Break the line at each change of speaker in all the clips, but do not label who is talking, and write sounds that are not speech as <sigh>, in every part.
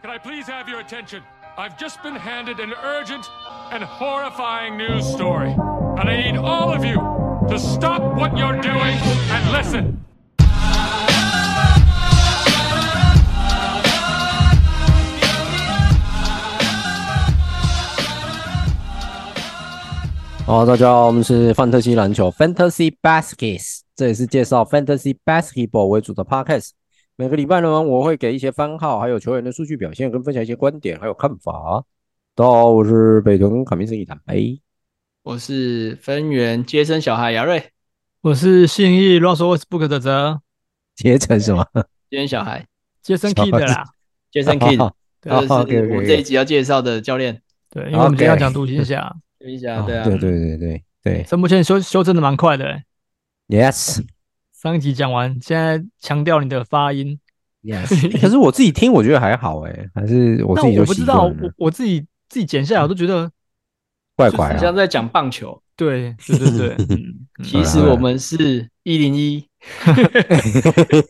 can I please have your attention? I've just been handed an urgent and horrifying news story. And I need all of you to stop what you're doing and listen.
好，大家好，我们是范特西篮球 （Fantasy Baskets），这也是介绍 Fantasy Basketball 为主的 podcast。每个礼拜呢，我会给一些番号，还有球员的数据表现，跟分享一些观点，还有看法。大家好，我是北屯卡明斯基坦哎杯。
我是分园接生小孩雅瑞，
我是信义乱说 Westbrook 的哲，
结
<laughs>
成什么？
接生小孩，
接生 Key 的啦。
接生 Kid，这
<laughs> 好
是
好，OK，OK，OK
我们这一集要介绍的教练。
对，因为我们今天要讲独行侠，
有一下，
啊
对啊，
对对对对对
陈木倩修修正的蛮快的、欸，
，Yes
上一集讲完，现在强调你的发音。
Yes。可是 <laughs> 我自己听，我觉得还好哎、还是我
那
自己
哦我
就
不
习
知道，
惯
我
了，
我自己自己剪下来，我都觉得，
怪
就是
怪
很
啊
像。在讲棒球。
对对对
<laughs>
对，嗯嗯
其实
好啦
我们是一零一，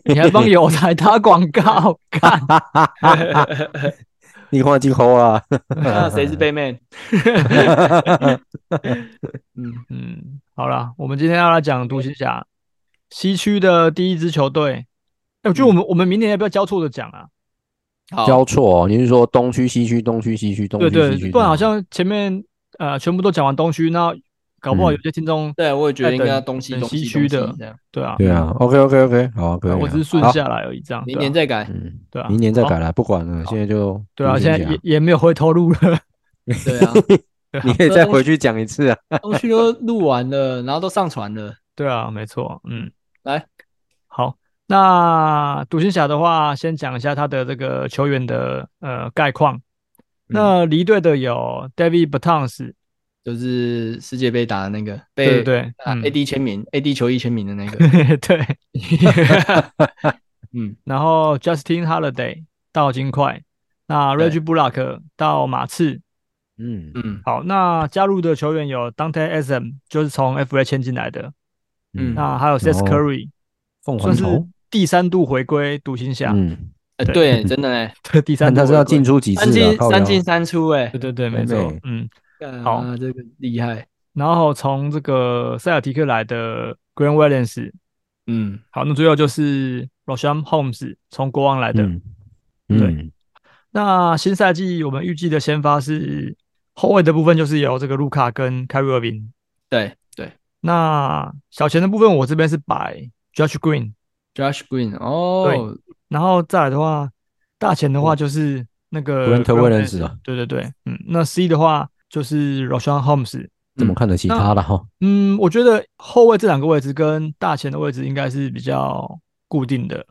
你还帮
<laughs>
友台打广告，看
你看几口
<laughs>
啊？
那谁是 Batman？嗯，
嗯，好啦，我们今天要来讲独行侠西区的第一支球队。哎、我觉得我
嗯
们、我们明年要不要交错的讲啊？
好，
<laughs> 交错、哦，你是说东区、西区、东区、西区、东区、
对
西区？啊
对，不然好
这样
像前面呃全部都讲完东区，那搞不好
嗯
有些听众、
对，我也觉得应该要
在等
东西
等
东
西
西
区的
东西这样，
对啊，
对啊，OK OK OK，好，可以啊。
我只是顺
好，
下来而已，这样。
明
对啊
年再
<laughs>
改。
嗯，
对啊，
明年再
好
改。了，不管了，现在就
对啊，
明
现
年
在也
讲
也没有回头路了。 <laughs>
对啊，
你可以再回去讲一次啊。
东西都录完了，然后都上传了。
对啊，没错，嗯，
来，
好，那独行侠的话，先讲一下他的这个球员的呃概况。
嗯
那离队的有 David Bertans，
就是世界杯打的那个，
对对
被
对，
啊
嗯，
AD 签名，AD 球衣签名的那
<laughs>
个。
<laughs> 对，
<laughs> 嗯，
然后 Justin Holiday 到金块，那
对
Reggie Bullock 到马刺。
嗯
嗯
好，那加入的球员有 Dante a s m 就是从 FA 签进来的，
嗯
那还有 Seth
哦
Curry，
凤
算
凰
是
头，
第三度回归独行侠，
嗯，
呃
对
对，真的哎，
对， <laughs> 第三
看
度
他是要
回归
进出 <laughs> 几
三
次啊
进？
靠
三
腰
进三出哎
对，对对，没
真的
错
欸，
嗯。
干
好
啊这个厉害，
然后从这个塞尔提克来的 Grant Williams，
嗯，
好，那最后就是 Roshan Holmes 从国王来的。
嗯
对
嗯，
那新赛季我们预计的先发是后卫的部分，就是由这个卢卡跟凯瑞尔宾。
对对
那小前的部分我这边是摆 Josh Green，
，Josh Green 哦，
然后再来的话，大前的话就是那个
嗯 Grant Williams 啊
对对对，嗯，那 C 的话就是 Roshan Holmes。
怎么看得起他了哈？
嗯，我觉得后卫这两个位置跟大前的位置应该是比较固定的。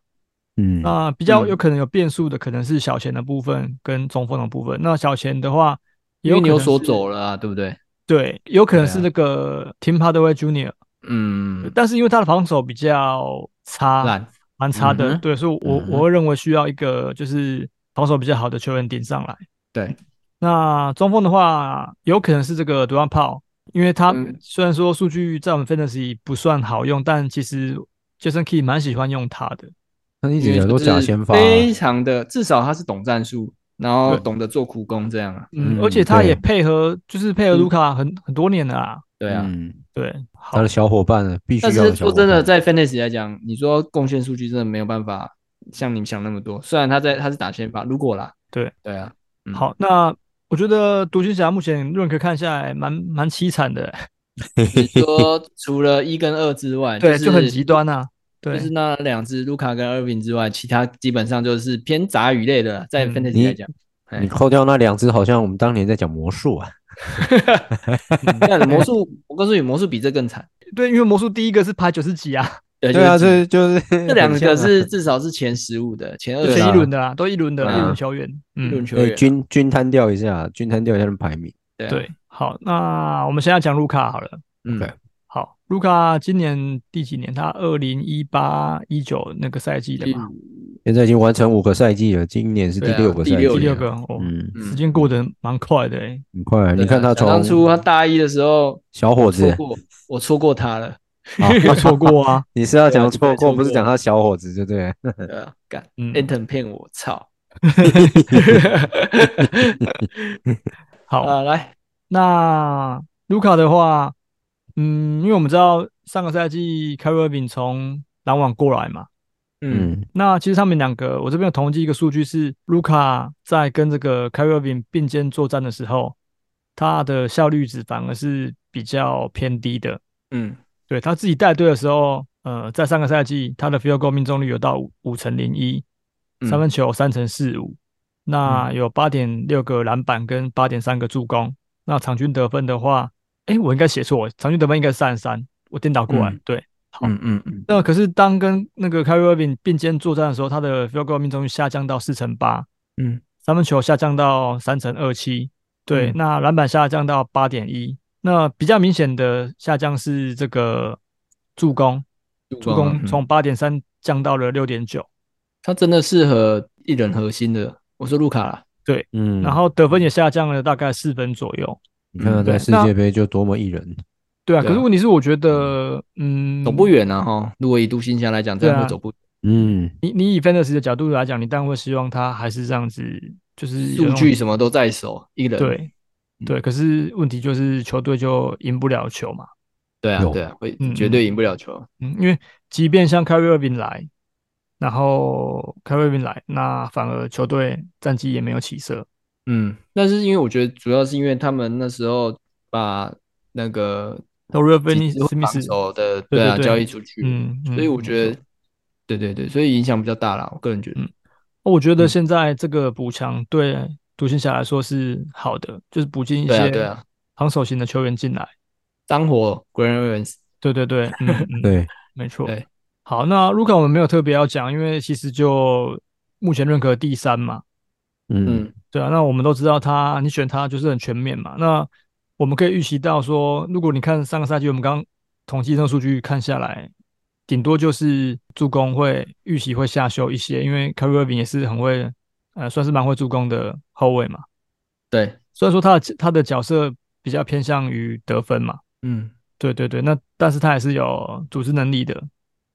嗯
那比较
嗯
有可能有变数的，可能是小钱的部分跟中锋的部分。那小钱的话，也有
因为
可
你
能
有所
是
走了啊，对不对？
对，有可能是
对啊
那个 Tim Hardaway Junior，
嗯，
但是因为他的防守比较差，
烂，
蛮差
嗯
的，
哼
对，所以我
嗯哼
我会认为需要一个就是防守比较好的球员顶上来。
对，
那中锋的话，有可能是这个 d u r a n p o 因为他
嗯
虽然说数据在我们 Fantasy 不算好用，但其实 Jason Key 蛮喜欢用他的。
那一
因
直
为
以来都
就是
假先发啊，
非常的，至少他是懂战术，然后
对
懂得做苦工这样啊，
嗯，
嗯
而且他也
对
配合，就是配
嗯
合卢卡很、很多年了啊。
对啊。
嗯，
对，好
他的，小伙伴呢必须
但
要有
是
小伙
说
伴
真的，，在 Fantasy 来讲，你说贡献数据真的没有办法像你们想那么多。虽然他在他是打先发，如果啦，
对
对啊，嗯
好，那我觉得独行侠目前论可看下来蛮蛮凄惨的，
哎你说除了一跟二之
<laughs>
外，
对，
是
就很极端啊。对
就是那两只卢卡跟 Irving 之外，其他基本上就是偏杂语类的啦，在
嗯
Fantasy
你
来讲，哎
你扣掉那两只，好像我们当年在讲魔术啊。
那魔术，我告诉你，魔术比这更惨。
对，因为魔术第一个是排九十几啊，
对
对啊，这就是这啊
这两个是啊至少是前十五的，前二
对
十
全
啊
一轮的啦，都一轮的
对
一
啊
轮球员，
一
嗯，
轮球
对
员，
均均摊掉一下，均摊掉一下他们排名。
对啊
对，好，那我们现在讲卢卡好了。
嗯
OK
好，卢卡今年第几年？他二零一八一九那个赛季的嘛，
现在已经完成五个赛季了，今年是第
对啊
六个赛季了，
第六
第
个
六个哦，
嗯，
嗯
时间过得蛮快的
<laughs>
欸
很快。
对啊
你看他
想
从
当初他大一的时候
小伙
错
子，
过，我错过他了，
好
没错过啊，
<laughs> 你是要讲
对
错
啊就
过，
没
不是
错过
讲他小伙子，对不对？
对啊，干
嗯
Anton 骗我，操！
好，
啊，来，
那卢卡的话，嗯，因为我们知道上个赛季凯瑞宾从篮网过来嘛，
嗯，
嗯，
那其实他们两个，我这边有统计一个数据是，卢卡在跟这个凯瑞宾并肩作战的时候，他的效率值反而是比较偏低的。
嗯，
对他自己带队的时候，呃，在上个赛季他的 field goal 命中率有到五五成零一，
嗯
三分球三成四五，那有八点六个篮板跟八点三个助攻。那场均得分的话，诶，我应该写错，场均得分应该是三三，我颠倒过来，
嗯
对。好，
嗯嗯嗯，
那可是当跟那个 Kyrie Irving 并肩作战的时候，他的 field goal 命中率下降到四成八，
嗯，
三分球下降到三成二七，对，
嗯
那篮板下降到八点一。那比较明显的下降是这个助攻，助攻
嗯
从八点三降到了六点九，
他真的适合一人核心的，我说卢卡啦，
嗯，
然后得分也下降了大概四分左右。
你看他
嗯对
在世界杯就多么一人，
对啊，
对啊
可是问题是，我觉得，嗯，
走不远啊哈。如果以独行侠来讲，真的
对啊
会走不远。
嗯，
你你以 fantasy 的角度来讲，你当然会希望他还是这样子，就是有那
数
种
据什么都在手，一人
对对。可是问题就是球队就赢不了球嘛，
对啊
有
对啊，会
嗯
绝对赢不了球。
嗯，因为即便像 Kyrie Irving 来，然后 Kyrie Irving 来，那反而球队战绩也没有起色。
嗯，但是因为我觉得主要是因为他们那时候把那个
d o r i a n
几
Finney
支会
Smith，
防守的
对
啊
对
交易出去，
嗯，嗯
所以我觉
没
得
错，
对对对，所以影响比较大啦。我个人觉得
嗯，我觉得
嗯
现在这个补强对独行侠来说是好的，就是补进一
对啊
些
对啊，
防守型的球员进来。
当火 Green Williams，
对对对，嗯，嗯
对，
没错。
对
好，那 Luka 我们没有特别要讲，因为其实就目前认可第三嘛，
嗯
嗯
对啊，那我们都知道他，你选他就是很全面嘛。那我们可以预期到说，如果你看上个赛季，我们刚刚统计这个数据看下来，顶多就是助攻会预期会下修一些，因为 Kyrie Irving 也是很会，呃，算是蛮会助攻的后卫嘛。
对，
虽然说他的他的角色比较偏向于得分嘛，
嗯，
对对对，那但是他还是有组织能力的，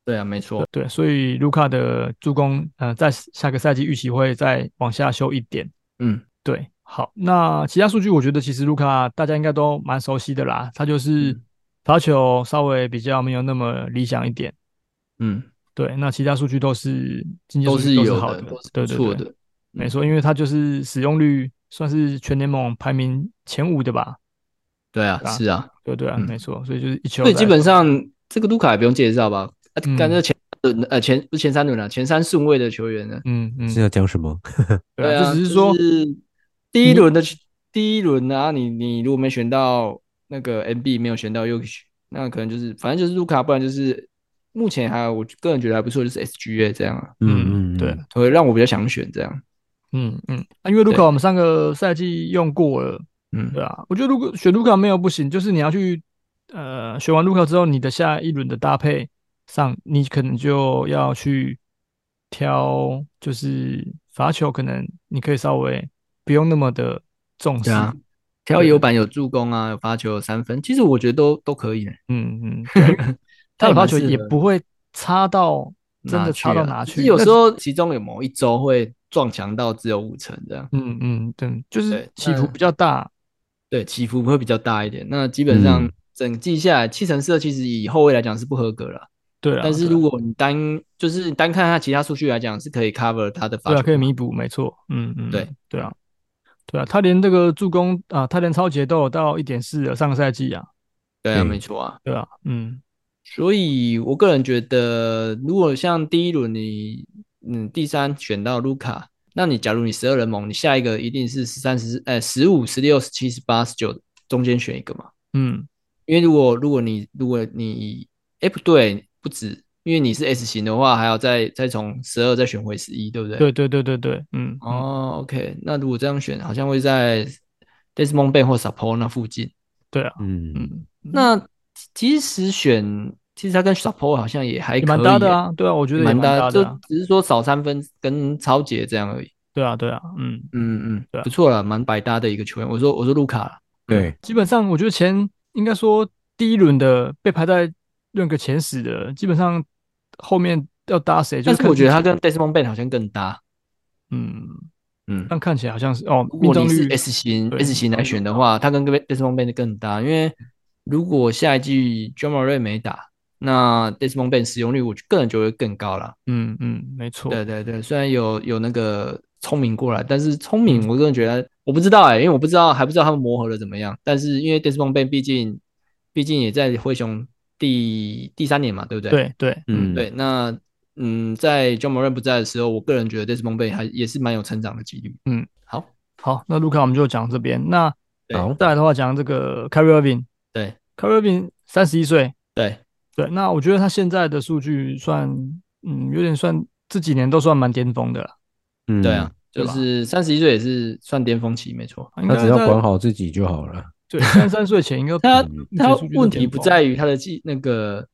对啊，没错，
对，所以卢卡的助攻，呃，在下个赛季预期会再往下修一点。
嗯
对，好，那其他数据我觉得其实卢卡大家应该都蛮熟悉的啦，他就是
嗯
罚球稍微比较没有那么理想一点。
嗯，
对，那其他数据都是经济
都
数
是
据都
有
好
的，都是
对
不
对
错
对，
的，嗯
没错，因为他就是使用率算是全联盟排名前五的吧？
对啊，
对啊
是啊，
对对啊，
嗯
没错，所以就是一球
所
来说。
以基本上这个卢卡也不用介绍吧，啊
嗯，
干这前轮呃前不是前三轮了，前三顺位的球员呢，
嗯嗯，
是要讲什么？
对啊，
啊，
这只
就是
说，
第一轮的第一轮啊，你你如果没选到那个 MB，没有选到 y o k i 那可能就是反正就是卢卡，不然就是目前还有我个人觉得还不错，就是 SGA 这样啊，
嗯对，
会让我比较想选这样，
嗯嗯，啊因为卢卡
对
我们上个赛季用过了。
嗯
对啊，我觉得如果选卢卡没有不行，就是你要去呃选完卢卡之后，你的下一轮的搭配上，你可能就要去挑，就是罚球，可能你可以稍微不用那么的重视。
对啊挑有板有助攻啊，有发球有三分，其实我觉得都都可以呢，
嗯嗯，对啊
<laughs>
因为他的罚球
蛮适合
也不会差到真的差到
哪
哪
去
去。
啊？只是有时
那，
候其中有某一周会撞墙到只有五成这样，
嗯嗯，对，就是
对嗯
起伏
那
比较大。
对，起伏会比较大一点。那基本上
嗯
整季下来，七成四二其实以后卫来讲是不合格了。
对啊，
但是
对啊
如果你单就是单看他其他数据来讲，是可以 cover 他的罚
对啊，
球，
可以弥补，没错，嗯嗯，
对
对啊，对啊，他连这个助攻啊，他连超节都有到一点四了，上个赛季啊，
对啊，
嗯
没错啊。
对啊，嗯
所以我个人觉得，如果像第一轮你嗯第三选到卢卡，那你假如你十二人盟，你下一个一定是十三十呃十五十六十七十八十九中间选一个嘛。
嗯
因为如果如果你如果你哎、诶不对，不止因为你是 S 型的话，还要再再从十二再选回十一，对不对？
对对对对对，嗯，嗯
哦，OK，那如果这样选，好像会在 Desmond Bain 或 Sapo 那附近。
对啊，
嗯，
嗯，
那其实选，其实他跟 Sapo 好像也还
也
可以，
蛮搭的，啊，对啊，我觉得也
蛮
蛮搭
就
的啊，
只是说少三分跟超杰这样而已。
对啊对啊，嗯，
嗯嗯，
对啊
不错了，蛮百搭的一个球员。我说我说卢卡啦，
对，
基本上我觉得前应该说第一轮的被排在那个前十的，基本上后面要搭谁，就
但是我觉得
看
他跟 Desmond Bain 好像更搭。
嗯，
嗯，
但看起来好像是哦，
如
命
果
中
你是
率
S 型
对
S 型来选的话，他跟 Desmond Bain 更搭，因为如果下一季 j o h n m o r a y 没打，那 Desmond Bain 使用率我个人就会更高啦。
嗯嗯，没错，
对对对，虽然有有那个聪明过来，但是聪明
嗯
我个人觉得我不知道哎、因为我不知道还不知道他们磨合的怎么样。但是因为 Desmond Bain 毕竟毕竟也在灰熊第第三年嘛，对不对？
对对，
嗯，
对，那嗯，在 j o h n m o r a y 不在的时候，我个人觉得 Desmond Bain 还也是蛮有成长的几率。
嗯，
好，
好，那卢卡我们就讲这边，那
对
好，
再来的话讲这个 Kyrie Irving，Kyrie
对
Irving 三十一岁，
对。
对，那我觉得他现在的数据算，嗯，有点算这几年都算蛮巅峰的了，
嗯
对啊，，
对
就
吧
是三十一岁也是算巅峰期，没错。
应
他
该
只要
在
管好自己就好了，
对三三岁前应该
<laughs> 他
嗯
他
结束就是
问题
巅
不
峰
在于他的技那个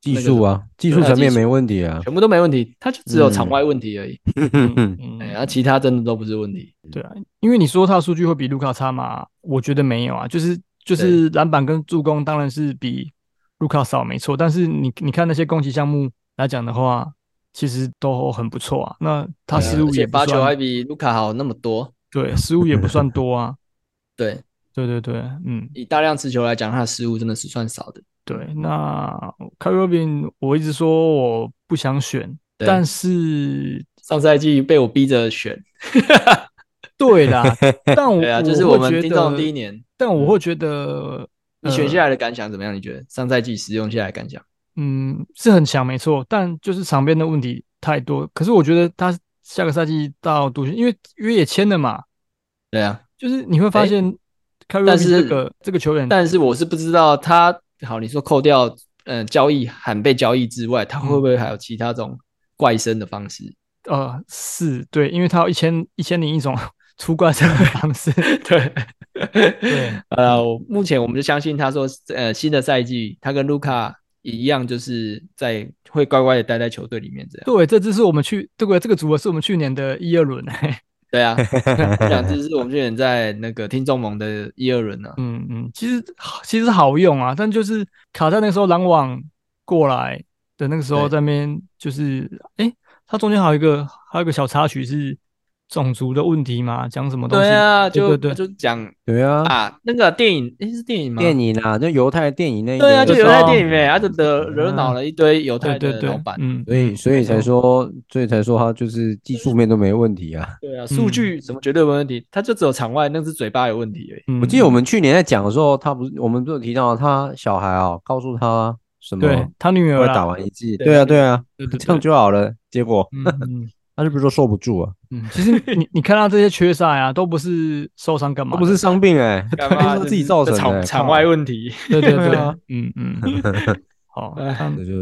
技术啊，技术
对啊
层面
技术
没问题啊，
全部都没问题，他就只有
嗯
场外问题而已，
嗯嗯
哎，然后其他真的都不是问题。
对啊，因为你说他的数据会比卢卡差嘛？我觉得没有啊，就是就是篮板跟助攻当然是比卢卡少没错，但是你你看那些攻击项目来讲的话，其实都很不错啊。那他
对啊
失误
而
也
且
不
罚球还
算，
比卢卡好那么多。
对，失误也不算多啊。
对，
对对对，嗯，
以大量持球来讲，他的失误真的是算少的。
对。那 k y r i v i n 我一直说我不想选，
对
但是
上赛季被我逼着选，
对啦，但我
对啊，就是
我
我
会
们
觉
听众
得
第一，年，嗯
但我会觉得
你选
呃
下来的感想怎么样？你觉得上赛季使用下来的感想？
嗯，是很强，没错，但就是场边的问题太多。可是我觉得他下个赛季到独行，因为约也签了嘛，
对啊，
就是你会发
诶
现 k y r i
但
这
是
个这个球员，
但是我是不知道他好，你说扣掉嗯、呃交易喊被交易之外，他会不
嗯
会还有其他种怪声的方式？ <laughs>
呃，是对，因为他有一千一千零一种 <laughs> 出怪声的方
<laughs>
式。
对，
对，
呃，我目前我们就相信他说，呃，新的赛季他跟卢卡一样，就是在会乖乖的待在球队里面这样。
对，这只是我们去这个这个组合是我们去年的一二轮，欸嘿嘿
对啊，这两支是我们之前在那个听众盟的一二轮呢、啊。
嗯嗯，其实其实好用啊，但就是卡在那个时候篮网过来的那个时候，
对
在那边就是，诶，它中间还有一个还有一个小插曲是种族的问题嘛，讲什么东西？
对啊，就
对对对
就讲
<laughs> 对啊，
啊，那个电影，诶，是电影吗？
电影啊，就犹太电影那一
对啊，
个
就
有
犹
时
太
候
电影呗，他就得惹恼了一堆犹太
对哦啊对
的
对
老板。，
嗯，
所以所以才说，所以才说他就是技术面都没问题啊。
对啊，数据什么绝对没问题，他就只有场外那只嘴巴有问题而已。
嗯，
我记得我们去年在讲的时候，他不是我们不是有提到他小孩啊、告诉他什么，
对他女
后
儿
来打
啦，
完一季，
对
对啊对啊，
对对
这样
对，
就好了。结果
嗯嗯
他是不是说受不住啊？
嗯，其实你你看到这些缺赛啊，都不是受伤干嘛
他
的，
不是伤病哎，
干
他
嘛
是自己造成
这
的
场
欸，
场
靠
外问题。
对对
<laughs>
对
对
啊，
嗯
<laughs>
嗯，好，看
这就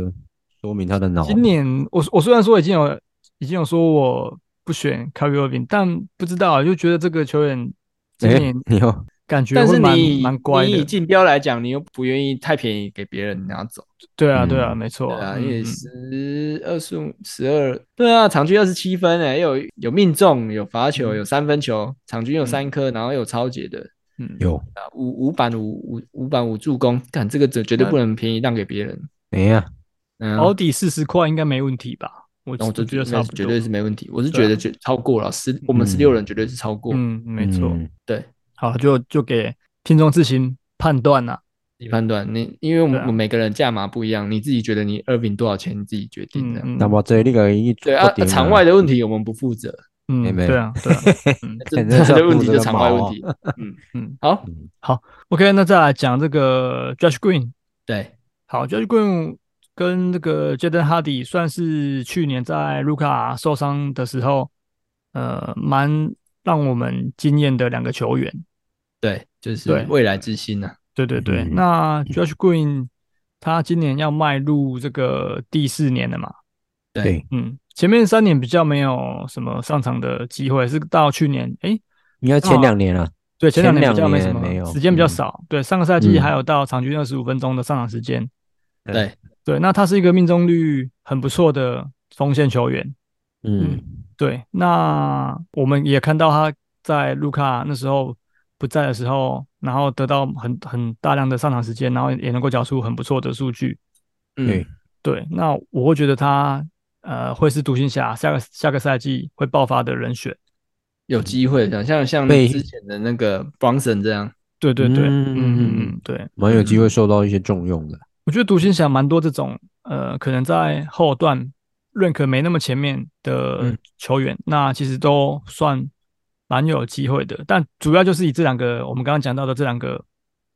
说明他的脑
今年我我虽然说已经有已经有说我不选 k y r i Irving，但不知道啊就觉得这个球员今
哎
年，
你又
感觉
但
会
是
蛮
你
蛮乖
你以
的。
竞标来讲，你又不愿意太便宜给别人拿走，
对啊，对啊，
嗯
没错
对啊，
嗯
因为
嗯
十二十五十二，对啊，场均二十七分诶，有有命中，有罚球，
嗯
有三分球，场均有三颗，然后有超解的
嗯，
有
啊，五五板五五五板五助攻，看这个绝
呃
绝对不能便宜让给别人。
怎样？
嗯啊，
保底四十块应该没问题吧？我
那我
我
就
觉得
应该
差
是
不
绝
多。
对是没问题，我是
对
觉得
啊
绝超过了十，我们十六人绝对是超过，
嗯，没错。
嗯
对。
好，就就给听众自行判断啦。
你判断你，因为我们、
对啊
我们每个人价码不一样，你自己觉得你二饼多少钱，你自己决定
嗯
这样。
嗯，
那么这那个一
对啊，
不
啊
点
场
啊
外的问题我们不负 <laughs> 责，
嗯
没哎没
对啊，对啊。嗯
这
真的
这的问
负
题
责
就
个
场外
毛
问
啊
题。嗯
嗯
<laughs> 嗯，好，
OK，那再来讲这个 Josh Green。
对
好，Josh Green 跟那个 Jaden Hardy 算是去年在卢卡受伤的时候，呃，蛮让我们惊艳的两个球员。
对，就是
对
未来之星呐、啊。
对对对，
嗯
那 Josh Green 他今年要迈入这个第四年了嘛，
对，
嗯，前面三年比较没有什么上场的机会，是到去年，诶，
应该前两年了，啊
对，前两年比较没
前
什
两年没有
么时间比较少，对，上个赛季
嗯
还有到场均二十五分钟的上场时间，
对，
对，那他是一个命中率很不错的锋线球员，
嗯，
对，那我们也看到他在卢卡那时候不在的时候，然后得到很很大量的上场时间，然后也能够缴出很不错的数据。
对
嗯，
对，那我会觉得他呃会是独行侠下个下个赛季会爆发的人选。
有机会的，像像
被
之前的那个 Bronson 这样，
对对对，嗯
嗯
嗯嗯，对，
蛮有机会受到一些重用的， <laughs>
我觉得独行侠蛮多这种呃，可能在后段认可没那么前面的
嗯
球员，那其实都算蛮有机会的。但主要就是以这两个我们刚刚讲到的这两个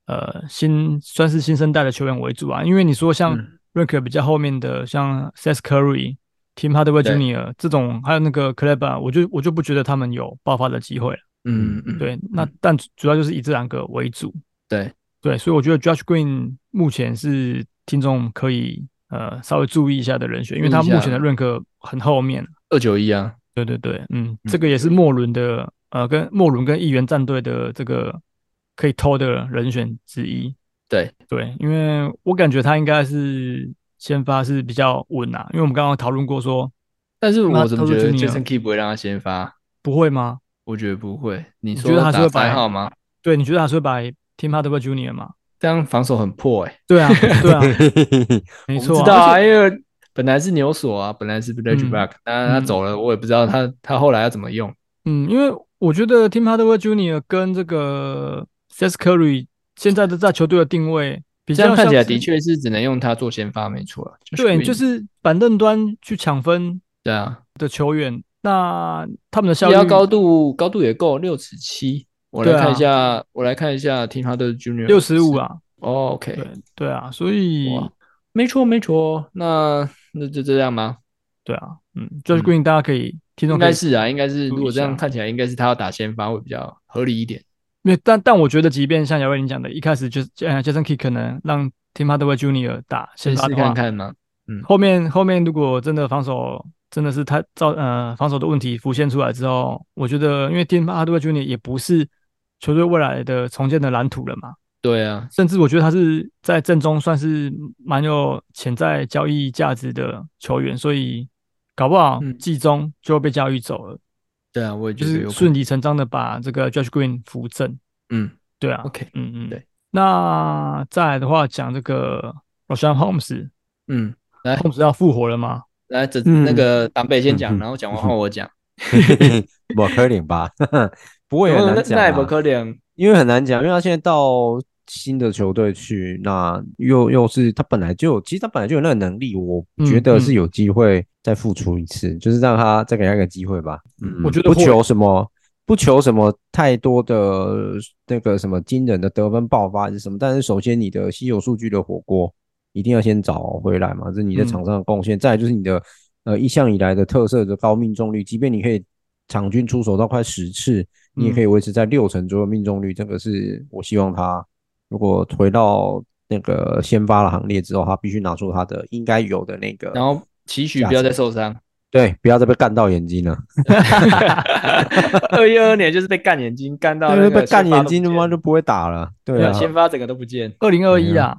呃新算是新生代的球员为主啊，因为你说像
嗯
认可比较后面的像 Seth Curry、Tim Hardaway
对
Jr. 这种，还有那个 Kleber，我就我就不觉得他们有爆发的机会了。
嗯嗯，
对，那但主要就是以这两个为主。
对
对，所以我觉得 Josh Green 目前是听众可以呃稍微注意一下的人选，因为他
注意一
目
下
前的认可很后面。
二九一啊，
对对对，嗯，这个也是莫伦的呃跟莫伦跟议员战队的这个可以偷的人选之一。
对
对，因为我感觉他应该是先发是比较稳啊，因为我们刚刚讨论过说
但是
那
我怎么
Taylor
觉得
Jr.
Jason Key 不会让他先发？
不会吗？
我觉得不会。你
你
说
觉得他是
打
会摆
三号吗？
对，你觉得他是会把 Tim Hardaway Junior 吗？
这样防守很破哎、
对啊，对
<laughs>
啊，没
我不
错、
知
啊，
道啊，因为本来是牛索啊，本来是 b l a d g e Black，那、他
嗯
走了，我也不知道他他后来要怎么用。
嗯，因为我觉得 Tim Hardaway Jr. 跟这个 Seth Curry 现在的在球队的定位比
这
较
样看起来
像是
的确是只能用他做先发，没错啊。
对，
Green
就是板凳端去抢分
对啊，
的球员，那他们的效
比较
率
高度高度也够六尺七。我来
对啊
看一下，我来看一下，听他的 Junior
六十五。啊，
哦，OK，
对对啊，所以
哇没错没错。那那就这样吗？
对啊，嗯，Josh Green 大家可以听
应
众
该
可以
是啊，应该
注意一
是。
下
如果这样看起来，应该是他要打先发会比较合理一点。
没有，但但我觉得，即便像姚伟林讲的，一开始就是呃 Jason Kidd 可能让 Tim Hardaway Jr. 打
先
先发
试
的话
看，看嘛。
后面后面如果真的防守真的是他造呃防守的问题浮现出来之后，我觉得因为 Tim Hardaway Jr. 也不是球队未来的重建的蓝图了嘛，
对啊，
甚至我觉得他是在阵中算是蛮有潜在交易价值的球员，所以搞不好
嗯
季中就会被交易走了，
对啊，我也觉
就
得
是
有可
顺
能。
理成章的把这个 Josh Green 扶正，
嗯
对啊，
，OK，
嗯嗯，
对。
那再来的话，讲这个 Roshan Holmes，Holmes
嗯，
要复活了吗？
来，这
嗯
那个党北先
嗯
讲，
嗯
然后讲完后我讲。
<laughs> 我可怜吧，不 <laughs> 会很
那
难讲
那也不
啊，
可能。
因为很难讲，因为他现在到新的球队去，那又又是他本来就有，其实他本来就有那个能力，我觉得是有机会再付出一次，就是让他再给他一个机会吧。嗯，
嗯我觉得
不
会
求什么，不求什么太多的那个什么惊人的得分爆发还是什么，但是首先你的稀有数据的火锅一定要先找回来嘛，这是你在
嗯
场上的贡献，再来就是你的呃一向以来的特色的高命中率，即便你可以场均出手到快十次，你也可以
嗯
维持在六成左右命中率，这个是我希望他如果回到那个先发的行列之后，他必须拿出他的应该有的那个，
<laughs> 然后期许不要再受
<laughs>
伤。
对，不要再被干到眼睛了，
二一二年就是被干眼睛，干到
因
那
为
个
被干眼睛
的
他妈就不会打了，对啊，
先发整个都不见。
二零二一
嗯
啊，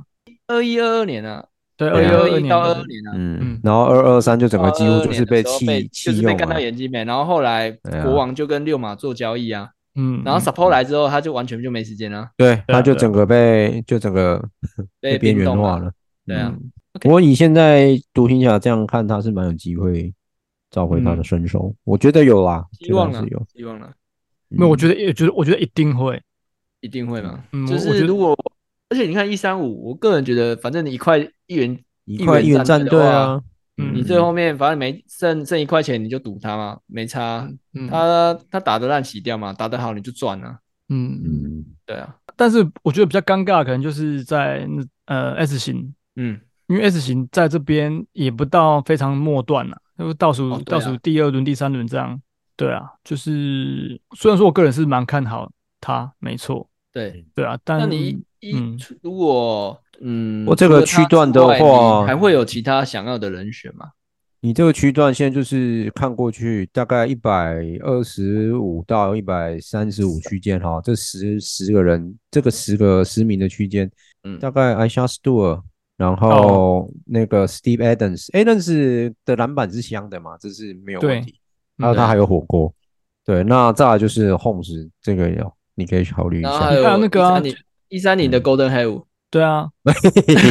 二一二二年啊，
对，二
对
一二
啊
二
二
一
年
到
的
二二年啊，
嗯
嗯，
然后二二三就整个几乎就是
22哦年的时
弃
候被就
弃
是
用
被干
了
到，眼睛没，然后后来
对啊
国王就跟六马做交易啊，
嗯，
然后
嗯
Sapo 来之后他就完全就没时间了，
对
对，
啊
他就
对啊
整个被就整个
<laughs>
<laughs>
被
边
冰
缘
冻
化
了
了，
对啊
嗯。我以现在独行侠这样看，他是蛮有机会找回他的
嗯
身手，我觉得有啦，
希望啊
觉得还
了
是有。，
希望了，
没有，我觉
得
得也觉得，我觉得一定会。
一定会嘛
嗯，
就
我我觉
是
得
如果，而且你看一三五，我个人觉得反正你一块一元
一块一元战队
队的话，
啊，
嗯
你最后面反正没剩剩一块钱你就赌他嘛，没差，啊
嗯，
他他打得烂洗掉嘛，打得好你就赚啊，
嗯，
嗯，
对啊，
但是我觉得比较尴尬，可能就是在那呃 S 型，
嗯，
因为 S 型在这边也不到非常末段了、就倒数、
哦对
倒
啊
数第二轮、第三轮这样。对啊，就是虽然说我个人是蛮看好他，没错，
对。
对啊，但
那你一、
嗯
如果嗯，
我这个区段的
除了他之外
话
你还会有其他想要的人选吗？
你这个区段现在就是看过去大概一百二十五到一百三十五区间哈，这十十个人，这个十个十名的区间，
嗯，哦
大概 Isha Stewart，然后那个 Steve Adams，Adams 的篮板是香的嘛，这是没有问
对
题。还
嗯
有他还有火锅，对，那再来就是 Holmes 这个有，你可以考虑一
然后还
下。
有
还有那个啊
你一三
嗯
年的 Golden Hair，
对啊，
<laughs>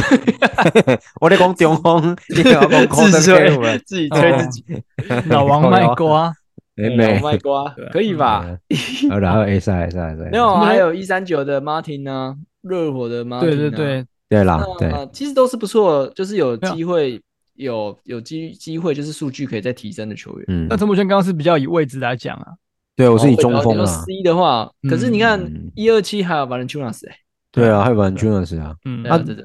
我在讲中锋，你不要讲空
<laughs> 自
的队伍了
吹自己吹
哦
自己， <laughs>
老 <laughs> 王卖狗啊，
哎
老
没
卖瓜
对啊
可以吧？
嗯然后 A 赛 A 赛 A 赛，
没有，啊
么
还有一三九的 Martin 呢，热火的 Martin，啊
对对对，
对啦，对，
那其实都是不错，就是有
对啊
机会，有有机机会，就是数据可以再提升的球员。
嗯
那，陈柏轩刚刚是比较以位置来讲啊，
对我是以中
然后
锋
你说
啊，
C 的话，可是你看
嗯
一二七还有 Valanciunas 哎，
对啊，还有 v a n c u n a s 啊，
嗯
对，啊对对，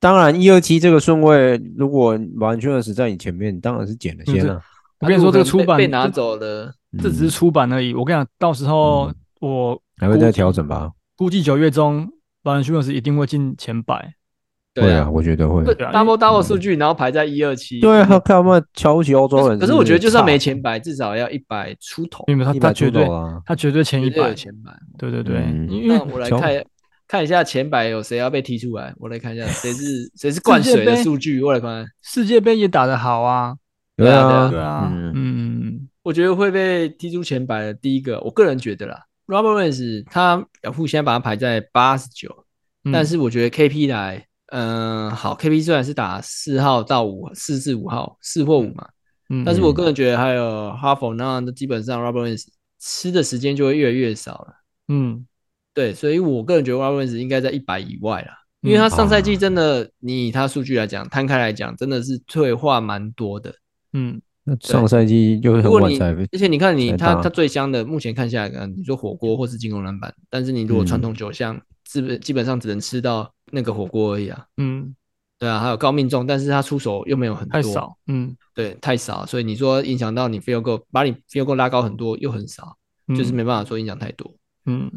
当然一二七这个顺位，如果 v a n c u n a s 在你前面，当然是捡
嗯
了先啊，
我跟你说这个
被
出版
被拿
这
走了，
这只是出版而已。我跟你讲，到时候
嗯
我
还会再调整吧，
估计九月中，巴伦休斯一定会进前百。
会
对
啊，。我觉得会
不。
对啊
double double 数据，然后排在一二七，嗯
对啊，看有没有瞧不起欧洲人。
可是我觉得就算没
差
前百，至少要一百出头，
因为他
一
他
百
绝
出
对
头啊，
他绝对前嗯一
绝对有
百，
前百。
对对对，
嗯
因为
那我来
乔
看看一下前百有谁要被踢出来，我来看一下谁
<laughs>
是谁是灌
世界
水的
杯
数据，我来看。
世界杯也打得好啊，
对啊，
对啊，
嗯
嗯，
我觉得会被踢出前百的第一个，我个人觉得啦，Robert Williams 他雅虎现在把他排在八十九，
嗯
但是我觉得 KP 来，嗯、好，KP 虽然是打四号到五，四至五号，四或五嘛，
嗯
但是我个人觉得还有 h a r f o 那基本上 Robert Williams 吃的时间就会越来越少了。
嗯
对，所以我个人觉得 Robert Williams 应该在一百以外啦，
嗯
因为他上赛季
哦
真的，你以他数据来讲，摊开来讲，真的是退化蛮多的。
嗯
那上赛季又很
如果
晚
你
才，
而且你看你
才
他
打
他最香的，目前看下来，呃你说火锅或是进攻篮板，但是你如果传
嗯
统酒项，基本基本上只能吃到那个火锅而已啊。
嗯，
对啊，还有高命中，但是他出手又没有很
太，
多，
少，嗯，
对，太少，所以你说影响到你 feel go，把你 feel go 拉高很多又很少，
嗯
就是没办法说影响太多。
嗯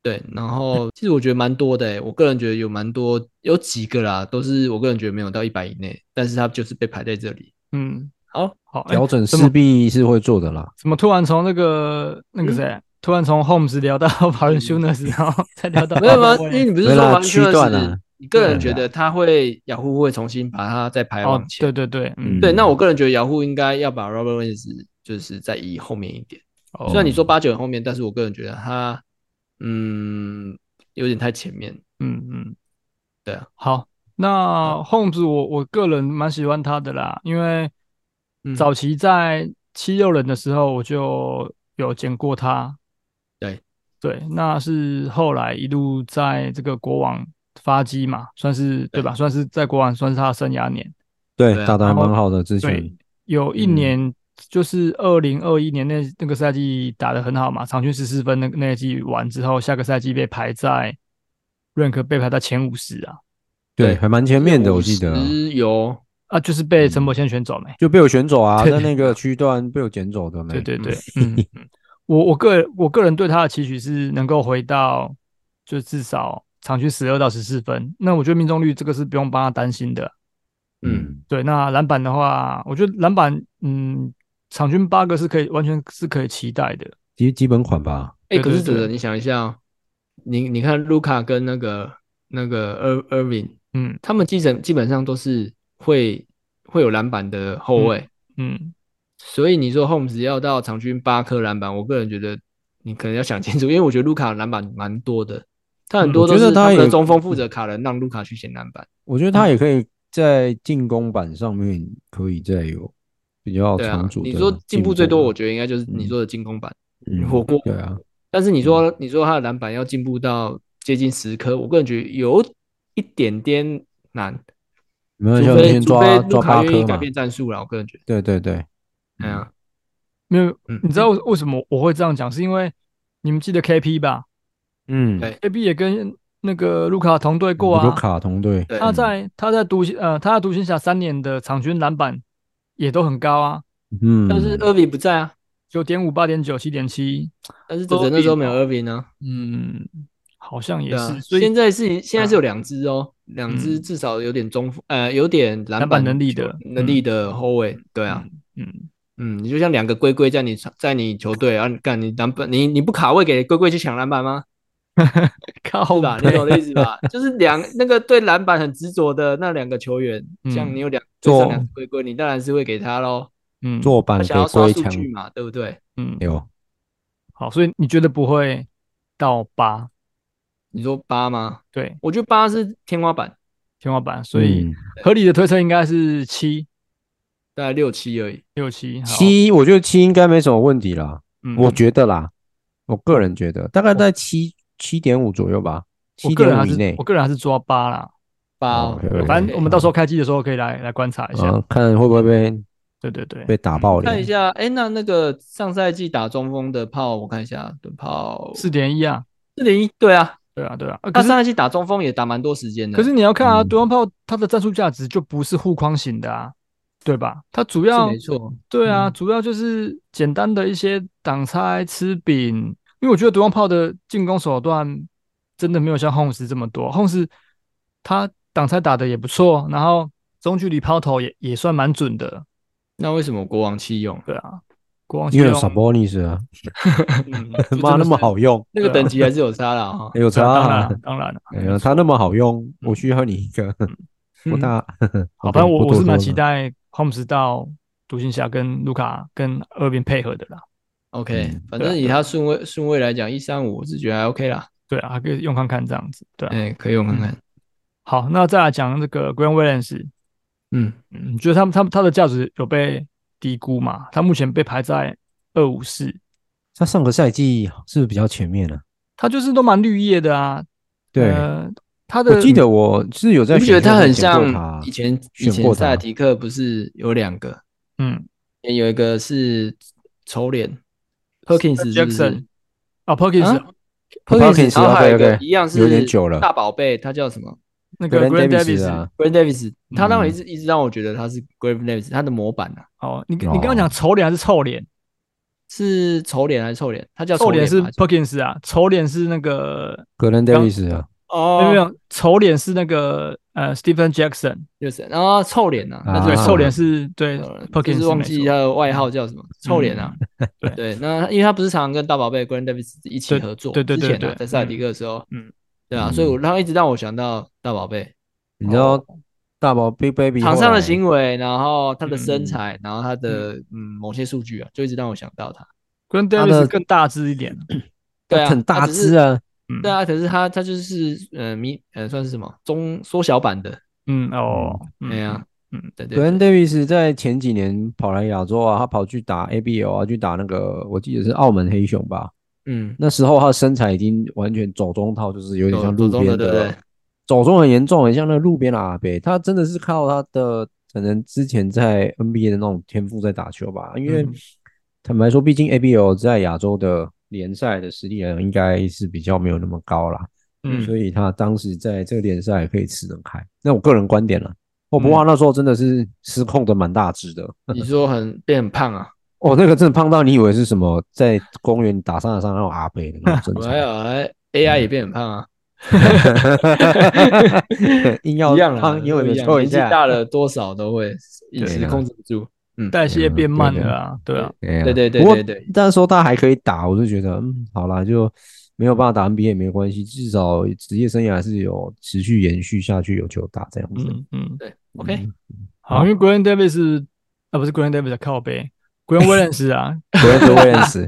对，然后其实我觉得蛮多的、欸，我个人觉得有蛮多，有几个啦，都是我个人觉得没有到一百以内，但是他就是被排在这里。
嗯，
好，
好，哎
调整
怎么
势必是会做的啦。
怎么突然从那个那
嗯
个谁，突然从 Holmes 聊到 <laughs> 巴伦休
嗯
斯，然后再聊到
没有吗？
Baldwin
因为你不是
没
说
哦啦
完
区
全
段
是
啊，
你个人
对
觉
啊
得他会雅虎会重新把它再排
哦
往，前。
对对对，嗯
嗯，
对，那我个人觉得雅虎应该要把 Robert Williams 就是再移后面一点。
哦
虽然你说八九很后面，但是我个人觉得他嗯有点太前面。
嗯嗯，
对啊，
好，那 Holmes 我我个人蛮喜欢他的啦，因为
嗯
早期在七六人的时候我就有捡过他，
对
对，那是后来一路在这个国王发迹嘛，算是对吧？算是在国王算是他的生涯年，
对
对啊，
打得还
然后
蛮好的，之
对
前，
有一
嗯
年就是二零二一年那那个赛季打得很好嘛，场均十四分那那一季完之后，下个赛季被排在 rank 被排在前五十啊。
对，
对
还蛮前面的，我记得啊
有
啊，就是被陈柏先选走没？
就被我选走啊，
对
在那个区段被我捡走的没？
对对对，嗯，嗯我我个人我个人对他的期许是能够回到就至少场均十二到十四分。那我觉得命中率这个是不用帮他担心的。
嗯
嗯，
对，那篮板的话，我觉得篮板嗯场均八个是可以完全是可以期待的。
基基本款吧，
哎、
对
可是
对
子
对
的，你想一下、哦，你你看卢卡跟那个那个 Ir Irving，
嗯
他们基本基本上都是会会有篮板的后卫，
嗯，
所以你说 Holmes 要到场均八颗篮板，我个人觉得你可能要想清楚，因为我觉得卢卡篮板蛮多的，他很
嗯
多
我
都
觉得
是
他
们的
也
中锋负责卡人，让卢卡去捡篮板。
我觉得
嗯
他也可以在进攻板上面可以再有比较
对啊
长，足的
你说进步最多，我
觉
觉得应该就是你
嗯
说的进攻板。
得
火锅
对啊，
但是你说，你说他的篮板要进步到接近十颗，我个人觉得有一点点难。
没有
除
像
非
先
除
抓
非
抓
卢卡
八
愿意
颗
改
嘛，嗯
变战术了，我个人觉得，
对对对，
哎呀，
没有，
嗯
你知道为为什么我会这样讲？是因为你们记得 KP 吧
嗯，
对
？KP 也跟那个卢卡同队过啊，
卢卡同队，
对
他在他在独行呃他在独行侠三年的场均篮板也都很高啊，
嗯，
但是 i r v i 不在啊，
九点五、八点九、七点七，
但是泽泽那时候没有 i r v i 呢，
嗯，好像也
啊对啊
是，，所
现
以
在哦是现在是
啊
有两支哦，两支至少有点中锋呃有点篮
篮板能力的
能力的后卫，对啊，
嗯，
嗯，你就像两个龟龟在你场在你球队啊，你干你篮板，你你不卡位给龟龟去抢篮板吗？
靠
是吧？你
背
懂我的意思吧？就是两那个对篮板很执着的那两个球员，
嗯
像你有两
做
做两个龟龟，你当然是会给他喽，
嗯
做板
他
给
想要刷
龟
数
强
据嘛，对不对？
嗯
有
好，所以你觉得不会到八
你说八吗？
对
我觉得八是天花板，
天花板，所以
嗯
合理的推测应该是七
大概六七而已。
六七好
七，我觉得七应该没什么问题啦，
嗯
我觉得啦，我个人觉得大概在七七点五左右吧，
我
七
个人
点五
还
以
是
内
我。个人还是抓八啦，
八
哦
哦
有有，
反正我们
到
到时候开机的时候可以来来观察一下
啊，，看会不会被
对对对，
被打爆
哎看一
脸？
下，哎，那那个上赛季打中锋的炮，我看一下，的炮
四点一啊，
四点一，对啊，
对啊对啊，啊
他
可是
上赛季打中锋也打蛮多时间的，
可是你要看啊，
嗯
对方炮它的战术价值就不是护框型的啊，对吧？它主
是
要
没错，
对啊，
嗯
主要就是简单的一些挡拆、吃饼，因为我觉得独王炮的进攻手段真的没有像 Homes 这么多。Homes 他挡拆打的也不错，然后中距离抛投也也算蛮准的。
那为什么国王弃用？
对啊，国王
因为
用
Sabonis 啊，
<laughs> 嗯
他妈那么，啊好用，
就真的是那个等级还是有差啦。哈。
哎有
对
差
啊当
啊
然，当然了，
哎呀，他那么好用，
嗯
我需要你一个，不大。
好，反正我
不
我
多
是
说
蛮
了
期待 Homes 到独行侠跟卢卡跟二边配合的啦。
OK，
嗯
反
对啊
正以他顺位顺位来讲，一三五我是觉得还 OK 啦，
对啊，还可以用看看这样子。对啊，
嗯
哎，可以用看看。
好，那再来讲这个 Grant Williams。
嗯，
嗯，觉得他们他们他的价值有被低估嘛？他目前被排在二五四，
他上个赛季是不是比较前面啊？
他就是都蛮绿叶的啊。
对，
呃、他的
我记得我是有
你
在
不觉得
选秀
他
中
很
选过
像
他
以前以
选
前
过
萨
他
提克不是有两个，
嗯
有一个是丑脸 Perkins 是不是
Jackson 啊，Perkins、
啊 Perkins，然后还有一
OK，OK，
个一样是
有点久了
大宝贝，他叫什么？
那个 Grant
Grant
Davis，,
Davis 啊
Grant Davis，他让我
嗯
一直、一直让我觉得他是 Grant Davis，他的模板啊，
哦，你你
哦
刚刚讲丑脸还是臭脸？
是丑脸还是臭脸？他叫
臭
脸
是
吧
Perkins 啊，丑脸是那个
格伦 Davis 啊，
没有没
哦，
有，丑脸是那个呃 Stephen Jackson，
就是然后臭脸啊，那
啊
对，
就是
臭脸是对
呃就
Perkins，
是
是
忘
没
记
错
他的外号叫什么，臭脸啊。
对
对，那因为他不是常常跟大宝贝 Grant Davis 一起
对
合作，
对对
之
对
前
对
啊在塞尔迪克的时候，
嗯，
对啊，
嗯
所以我他一直让我想到大宝贝
你知道大宝 Big Baby
场上
后
的
来
行为，啊然后他的身
嗯
材，然后他的嗯某些数据啊，就一直让我想到他。
Grant
他的
Davis 更大只一点，
对啊，
很
他
大
只是
只啊，
嗯
对啊，可是他他就是呃迷呃算是什么中缩小版的，
嗯哦，嗯
对啊呀，
嗯，
对对
格伦
对，
Davis 在前几年跑来亚洲啊，他跑去打 ABL 啊，去打那个我记得是澳门黑熊吧，
嗯，
那时候他的身材已经完全走中套，就是有点
走
像
走
路
中
边
了对不对
的，走中很严重，欸很像那个路边的阿伯。他真的是靠他的可能之前在 NBA 的那种天赋在打球吧，因为
嗯
坦白说，毕竟 ABL 在亚洲的联赛的实力呢，应该是比较没有那么高啦，
嗯
所以他当时在这个联赛可以吃得开。那我个人观点啦，我
嗯
不过他那时候真的是失控的蛮大只的， <laughs>
你说很变很胖啊？
哦，那个真的胖到你以为是什么在公园打上打上那种阿伯的那种身
还
材。
有哎 AI 也变很胖啊，
<laughs> 硬要
一样啊，
胖，因为
都一
没
样
错
年
一
纪
下。
大了多少都会饮
对
食
啊
控制不住，嗯，
代谢
嗯
变
对
慢
的
了啊，对啊，
对啊
对对对
不过
对对
那时候他还可以打，我就觉得嗯，好啦，就没有办法打 NBA 也没关系，至少职业生涯还是有持续延续下去，有球打这样子。
嗯嗯。
对，OK，
好，因为 Grant Davis 啊，不是 Grant Davis 靠背，Grant
<laughs>
Williams 啊，
格伦德威廉
<laughs>
斯，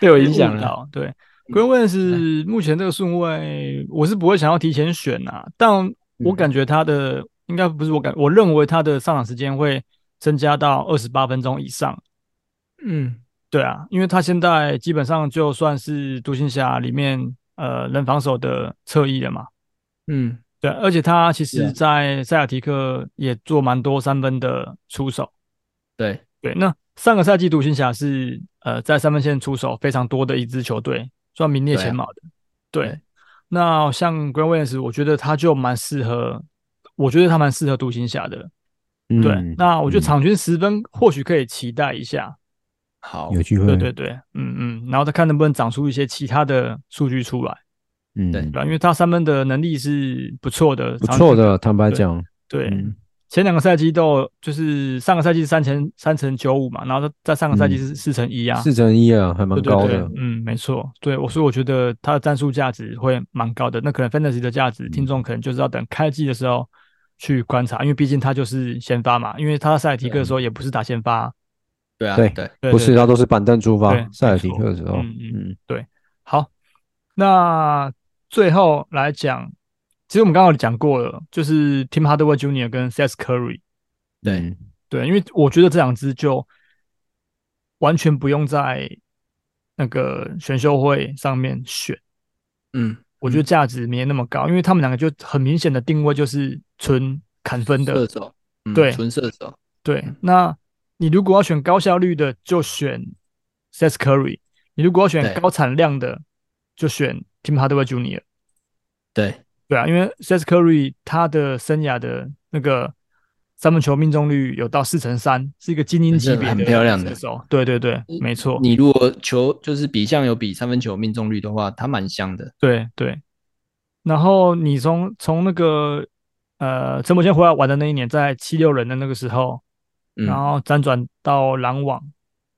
被我
被
影响
误
了，嗯
导。对，Grant Williams 目前这个顺位，我是不会想要提前选啊，但
嗯
我感觉他的应该不是我感，我认为他的上场时间会增加到二十八分钟以上。
嗯，
对啊，因为他现在基本上就算是独行侠里面呃能防守的侧翼了嘛。
嗯，
对，而且他其
是
实，
啊
在塞尔提克也做蛮多三分的出手。
对，
对，那上个赛季独行侠是呃在三分线出手非常多的一支球队，算名列
啊
前茅的。对,、
对
那像 Grant Williams，我觉得他就蛮适合，我觉得他蛮适合独行侠的。
嗯
对，那我觉得
嗯
场均十分或许可以期待一下。
好
有，机会，
对对对，嗯嗯，然后再看能不能长出一些其他的数据出来。
嗯，
对
对啊，因为他三分的能力是不错的，
不
常
错的，坦白讲，
对，
嗯
前两个赛季都有就是上个赛季是三乘三乘九五嘛，然后在上个赛季是四乘一啊，
嗯四乘一啊，还蛮
对对
高
对
的，，
嗯，没错，对我所以我觉得他的战术价值会蛮高的，那可能 fantasy 的价
嗯
值，听众可能就是要等开季的时候去观察，因为毕竟他就是先发嘛，因为他赛提克的时候也不是打先发、
对啊，
对
对，
对
不
对
是他都是板凳出
对
发，塞尔
没
提
错
克的时候，
嗯嗯
嗯，
好，那最后来讲，其实我们刚刚有讲过了，就是 Tim Hardaway Jr. 跟 Seth Curry，
对
嗯，
对，因为我觉得这两支就完全不用在那个选秀会上面选，
嗯，
我觉得价值没那么高，因为他们两个就很明显的定位就是纯砍分
射
的，
手，嗯
对
纯射手，
对。
嗯
那你如果要选高效率的，就选 Seth Curry；你如果要选
对
高产量的，就选 Tim Hardaway Jr.
对，
对啊，因为 Seth Curry 他的生涯的那个三分球命中率有到四成三，是一个精英级别的
很漂亮的
射手。对对对，没错，
你如果球就是比项有比三分球命中率的话，他蛮香的，
对对。然后你从从那个呃陈柏谦回来玩的那一年，在七六人的那个时候，
嗯
然，后辗转到篮网，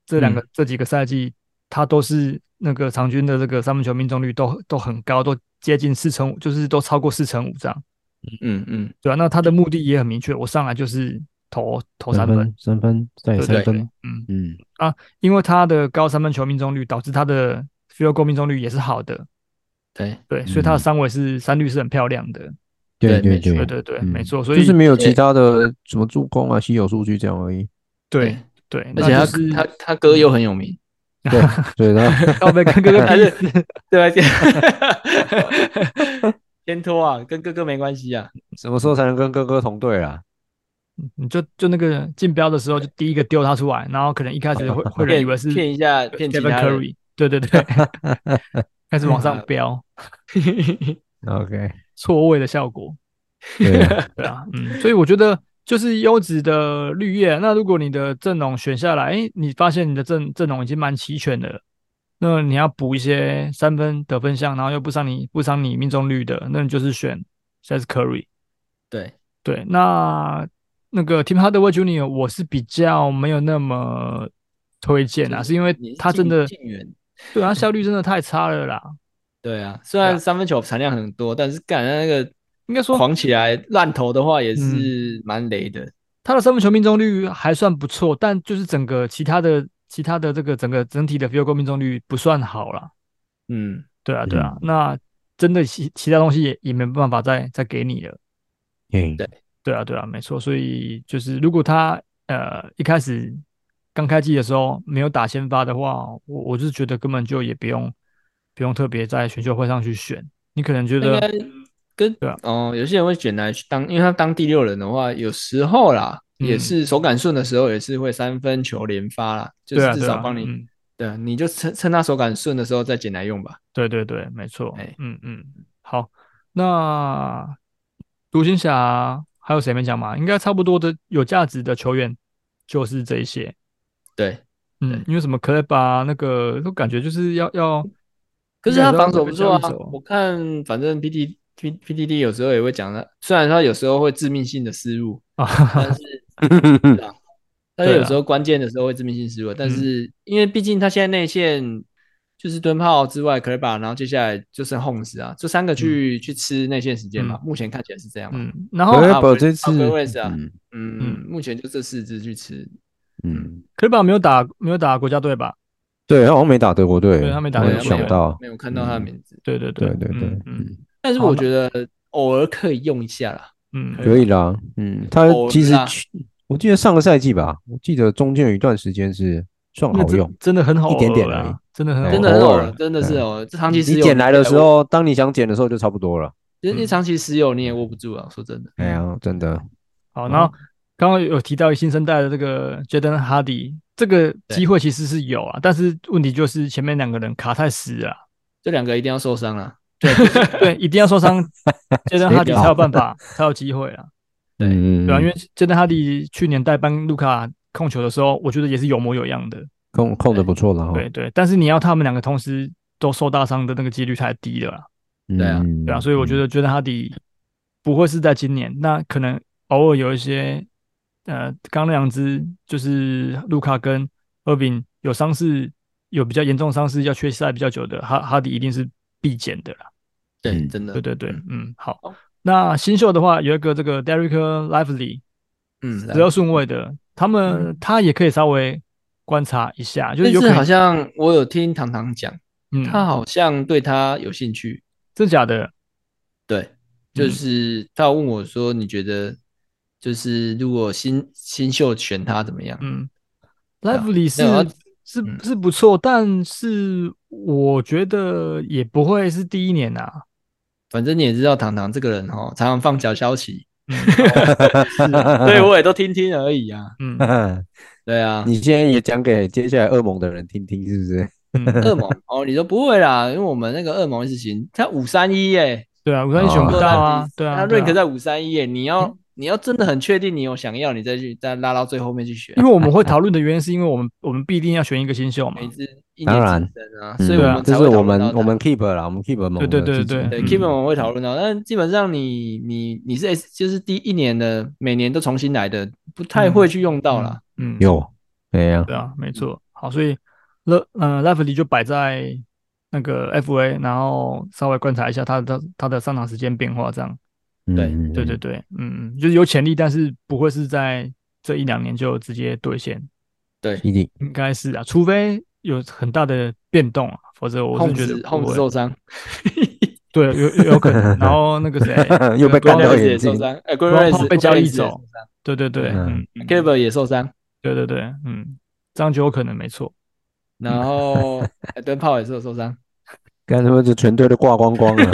这
嗯
两个、这几个赛季，他都是那个场均的这个三分球命中率都都很高，都接近四成五，就是都超过四成五这样。
嗯嗯，
对啊，那他的目的也很明确，我上来就是投投三
三
分
分，，三分，再
对
三
对
分，
嗯，
嗯，
因为他的高三分球命中率导致他的 field goal 命中率也是好的，
对，
对，所以他的
嗯
三围是三率是很漂亮的，
对对
对没错
对对
对，
对，
嗯
没错，所以
就是没有其
对
他的什么助攻啊、稀有数据这样
<laughs>
而已，
对对，
而且
那
他
就是 <laughs>
他他哥又很有名，
对，对他，
要被跟哥哥比死，
对啊， <laughs> 先拖啊，跟哥哥没关系啊，
<laughs> 什么时候才能跟哥哥同队啊？
你就就那个竞标的时候就第一个丢他出来，然后可能一开始会会有人以为是
骗一下，骗其
Kevin
他人
Curry，对对对， <laughs> 开始往
<laughs>
上飙，
OK，
错位的效果，
对啊，
对啊，嗯，所以我觉得就是优质的绿叶。那如果你的阵容选下来，诶，你发现你的阵阵容已经蛮齐全的了，那你要补一些三分得分项，然后又不伤你不伤你命中率的，那你就是选 Seth Curry。
对，
对，那那个 Tim Hardaway Jr. 我是比较没有那么推荐啊，
就是
是因为
你是嗯
他真
近
的
近远，
对他效率真的太差了啦。
对啊，虽
对啊
然三分球产量很多，但是干那个
应该说嗯
狂起来烂投的话也是蛮雷的，
他的三分球命中率还算不错，但就是整个其他的其他的这个整个整体的 field goal 命中率不算好啦。
嗯，
对啊，对啊，那真的其其他东西也也没办法再再给你了。
嗯
对
对啊，对啊，没错。所以就是如果他呃一开始刚开季的时候没有打先发的话，我我是觉得根本就也不用不用特别在选秀会上去选，你可能觉
应
得
该跟
对啊
哦，有些人会选来当，因为他当第六人的话，有时候啦，
嗯
也是手感顺的时候，也是会三分球连发啦，就
对啊，
是至
对
少
啊，
帮你，
嗯，
对啊，你就趁趁他手感顺的时候再捡来用吧。
对对对，没错
哎，
嗯嗯，好，那独行侠还有谁没讲嘛？应该差不多的有价值的球员就是这一些，
对，
嗯，因为什么 c l e b 啊，那个都感觉就是要要，
可是他防守
应该
不
是要让
错啊
对方，
我看反正 P T P P T D 有时候也会讲的，虽然他有时候会致命性的
<laughs>
失误，
啊，
但是
啊
但是有时候关键的时候会致命性失误，但
嗯
是因为毕竟他现在内线就是蹲炮之外 c l e b a 然后接下来就剩 Homes 啊，这三个去
嗯
去吃内线时间嘛，目前看起来是这样嘛，
嗯，然后
c
啊
l e
我
嗯这次
啊，Cleveland 啊
<laughs> 嗯
嗯，目前就这四支去吃，
嗯，
c l e b 没有打没有打国家队吧？
对，他好像没打德国队，
对他没打
我
德
有
国队
想到，
没有看到他的名字，
对对
对
对
对对，
嗯
嗯，
但是
好
我
那
觉得偶尔可以用一下啦，
嗯，
可以啦，嗯，他
偶尔
其实
啦
去我记得上个赛季吧，我记得中间有一段时间是算
那
好
真
用，
真的很好
一点点
偶尔
而已
啊，真的很好
真
偶
的
尔
很
偶
偶
尔
尔，真的是
对
偶尔，这长期持
你
有
捡来的时
握，
候，当你想捡的时候就差不多了，
就是你
嗯
长期持有你也握不住啊，说真的，
哎呀，真的，
好，
嗯
然后刚刚有提到新生代的这个 Jaden Hardy，这个机会其实是有啊，但是问题就是前面两个人卡太死了啊，
这两个一定要受伤啊了。
对，一定要受
<laughs>
伤 Jaden
谁
Hardy
搞
才有办法，才有机会啊，
对
嗯，
对啊，因为 Jaden Hardy 去年代班卢卡控球的时候，我觉得也是有模有样的，
控控的不错了哈，
对对，但是你要他们两个同时都受大伤的那个几率太低了啦，
对啊
嗯
对啊，所以我觉得觉得哈迪不会是在今年，那可能偶尔有一些，呃，刚那两支就是卢卡跟厄宾有伤势，有比较严重伤势要缺赛比较久的，哈哈迪一定是必减的啦。
对，
嗯
真的，
对对对，嗯，好
好。
那新秀的话有一个这个 Derek Lively
嗯，
十二顺位的，他们他也可以稍微观察一下，就是有可
但是好
能，
像我有听糖糖讲，
嗯，
他好像对他有兴趣，
真假的，
对，
嗯
就是他有问我说，你觉得就是如果新新秀选他怎么样？
嗯
对啊
，Lively 是
没有啊
是
嗯
是不错，但是我觉得也不会是第一年啊。
反正你也知道，糖糖这个人哦，常常放小消息，对
<laughs>
<laughs>
对，
我也都听听而已啊。
嗯
对啊，
你现在也讲给接下来噩梦的人听听，是不是？
嗯，
恶魔 <laughs> 哦，你说不会啦，因为我们那个恶魔一直行，他五三一耶，
对啊，我刚才选
哦
不到啊，对啊，嗯
他
对
rank
啊
在五三一耶，你要你要真的很确定你有想要，你再去再拉到最后面去选
因。为我们会讨论的原因是因为我们我们必定要选一个新秀嘛
每，支一
当
年
然
竞争啊，所以我
对啊
们
这
才
是
会
我
讨论
们
到
我
他
们 keep 了啦，我们 keep 猛的
对对对
自己
对
对
嗯
k e e p 我们会讨论到，但基本上你你你是 S 就是第一年的，每年都重新来的，不太会去用到啦。
嗯，
有，对呀，
对啊，没错。好，所以乐呃 Lively 就摆在那个 FA，然后稍微观察一下他的他的上场时间变化，这样。
对
嗯
对对，对，嗯，嗯就是有潜力，但是不会是在这一两年就直接兑现，
对，
一定
应该是啊，除非有很大的变动啊，否则我
控
是觉
制
得
控
不
制
会
受伤，
对，有有可
<laughs>
能。然后那个谁，
又被干
Brown
掉
Rice
眼
也
睛
受，伤，呃 g r
Brown
a
Paul
c
被交易走嗯对对对，嗯
嗯，
嗯
k e v e r 也受伤，
对对对，嗯，这样就有可能没错。
然后呃灯泡也是有受
<laughs>
伤，
干他妈就全队都挂光光
<laughs>
了。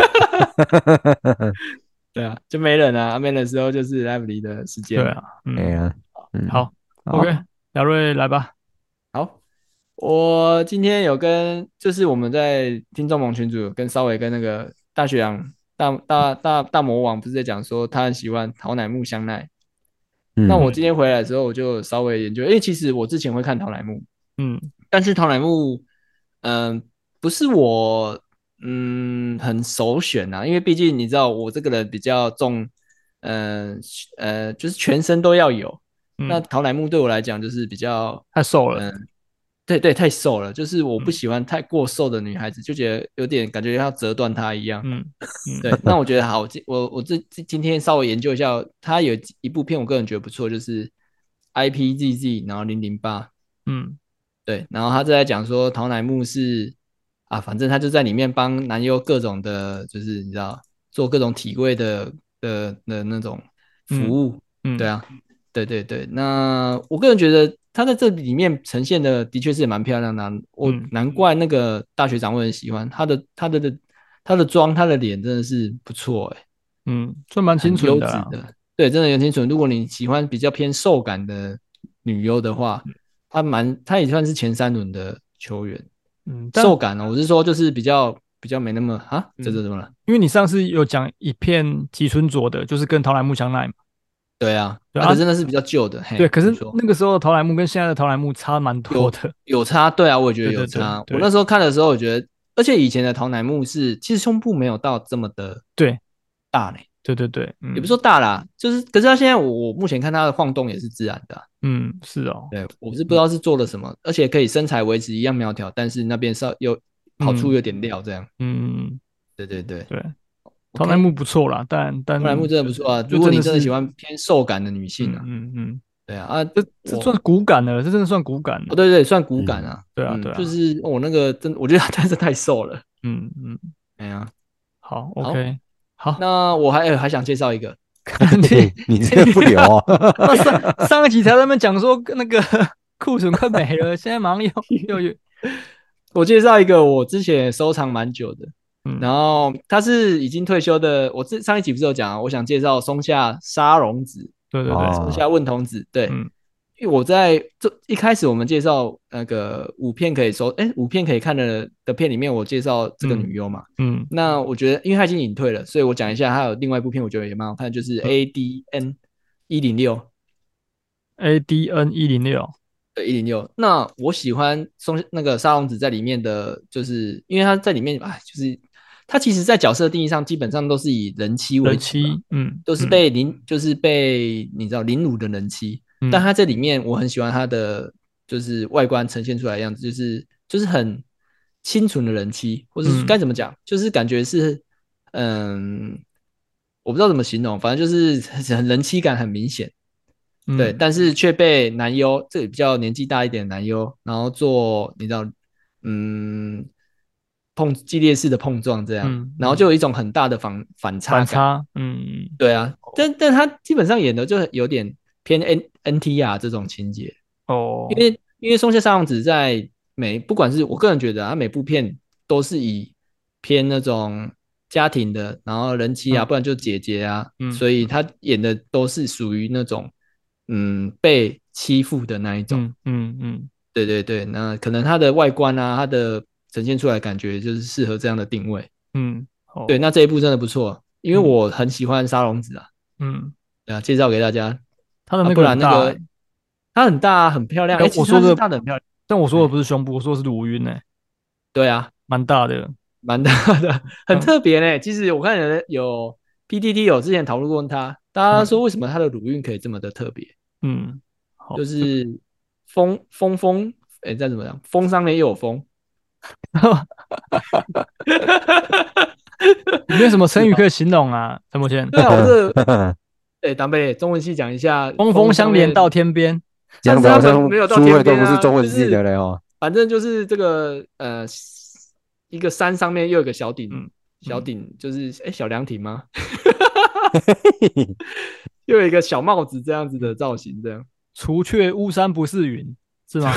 对啊，就没人啊，啊没人的时候就是 Lively 的时间。
对啊，
哎
嗯，
呀，嗯
好，OK，亚瑞来吧，
好，我今天有跟，就是我们在听众盟群组有跟稍微跟那个大学长大大大大魔王不是在讲说他很喜欢桃乃木香奈，
嗯 <laughs>
那我今天回来的时候我就稍微研究，因为其实我之前会看桃乃木，
嗯
但是桃乃木，嗯、不是我嗯很首选啊，因为毕竟你知道我这个人比较重，嗯呃就是全身都要有，
嗯，
那桃乃木对我来讲就是比较。
太瘦了，
嗯，对对，太瘦了，就是我不
嗯
喜欢太过瘦的女孩子，就觉得有点感觉要折断她一样。
嗯嗯，
对，那我觉得好，我今我我这这今天稍微研究一下，她有一部片我个人觉得不错，就是 IPZZ，然后零零八，
嗯
对，然后他就在讲说陶乃木是啊，反正他就在里面帮男优各种的，就是你知道做各种体位的的的那种
嗯
服务，
嗯，
对，啊，对对对，那我个人觉得他在这里面呈现的的确是蛮漂亮的啊、我
嗯
难怪那个大学长会很喜欢他的，他的的他的妆，他的脸真的是不错哎、
嗯，算蛮
很
清楚
优
的
质
啦，
的，对，真的很清楚。如果你喜欢比较偏瘦感的女优的话，
嗯
她蛮她也算是前三轮的球员，
嗯，但嗯
瘦感哦，我是说就是比较比较没那么啊，这这怎么了？
因为你上次有讲一片吉村佐的，就是跟桃莱木相奈嘛，
对啊，
对
啊，
啊
可真的是比较旧的，嘿
对，可是
哎没错
那个时候的桃莱木跟现在的桃莱木差蛮多的，
有差，对啊，我也觉得有
对对
差。
对
我
对
那时候看的时候，我觉得，而且以前的桃乃木是其实胸部没有到这么的
对
大嘞，
对对对，嗯，
也不是说大啦，就是可是他现在我我目前看他的晃动也是自然的啊、
嗯是哦，
对我是不知道是做了什么，而且可以身材维持一样苗条，但是那边稍有跑出有点料这样。
嗯
对对对，
对，嗯桃莱木不错啦，但但
桃乃木真的不错啊，如果你真的喜欢偏瘦感的女性
嗯
啊，
嗯嗯，
对啊啊，
这这
我
算骨感了，这真的算骨感
哦
了，
对对算骨感啊，
对啊
嗯
对啊
就是我那个真我觉得他真是太瘦了，
嗯嗯，
哎呀，
好，OK，好，
那我还哎还想介绍一个。
嘿你这个不留哦，
<laughs>
上上一集才在那边讲说那个 <laughs> 库存快没了， <laughs> 现在马上
<laughs>
又又又，
我介绍一个我之前也收藏蛮久的，
嗯
然后他是已经退休的。我之上一集不是有讲啊，我想介绍松下沙龙子、
对对对，
哦
松下问童子，对，
啊嗯
因为我在这一开始我们介绍那个五片可以收，哎，五片可以看的的片里面，我介绍这个
嗯
女优嘛。
嗯
那我觉得，因为她已经隐退了，所以我讲一下，她有另外一部片，我觉得也蛮好看，就是
嗯
A D N 一零六。
，ADN 一零六，
对，一零六。那我喜欢松那个沙龙子在里面的，就是因为他在里面啊，就是他其实在角色定义上基本上都是以人妻为
人
主嘛
妻，嗯，
都是
嗯
被凌，就是被你知道凌辱的人
嗯
妻。但他这里面我很喜欢他的，就是外观呈现出来的样子，就是就是很清纯的人妻，或者是
嗯
该怎么讲，就是感觉是嗯，我不知道怎么形容，反正就是很人妻感很明显。
嗯
对，但是却被男优，这里比较年纪大一点的男优，然后做你知道，嗯，碰激烈式的碰撞这样，
嗯
然后就有一种很大的反反差
反
感。
差，嗯，
对啊，但但他基本上演的就有点偏 N N T R 这种情节，
哦，
因为因为松下沙朗子在每不管是我个人觉得啊，他每部片都是以偏那种家庭的，然后人妻啊，
嗯
不然就姐姐啊，
嗯
所以他演的都是属于那种嗯被欺负的那一种。
嗯嗯嗯，
对对对，那可能他的外观啊，他的呈现出来的感觉就是适合这样的定位。
嗯，哦
对，，那这一部真的不错，因为
嗯
我很喜欢沙龙子啊，
嗯，
对啊，介绍给大家。
他的
啊
那
不
个
然
很
那
大
个
欸，
它很大啊，很漂亮。
但
诶其
我
实
说
它是
的
大的很漂亮。
但我说的不是胸部，我说的是乳晕呢，
对啊，
蛮大的，
蛮大的，
嗯
很特别呢。其实我看有人有 PTT 有之前讨论过它，大家说为什么它的乳晕可以这么的特别，
嗯，好 <laughs>
就是风风风，哎，再怎么讲，风上面也有
<laughs>
风。
没有什么成语可以形容啊，陈柏
<laughs>
谦，
对啊，我这哎，党北中文系讲一下，
峰峰相连到
到。
天边，
讲的好像
没有到
诸
天
位都不
边啊
是中文
就
系
是
的嘞哦。
反正就是这个呃，一个山上面又有个小顶，
嗯
小顶就是哎、诶小凉
<laughs>
亭吗？又有一个小帽子这样子的造型，这样
除却巫山不是云，是
<laughs>
吗？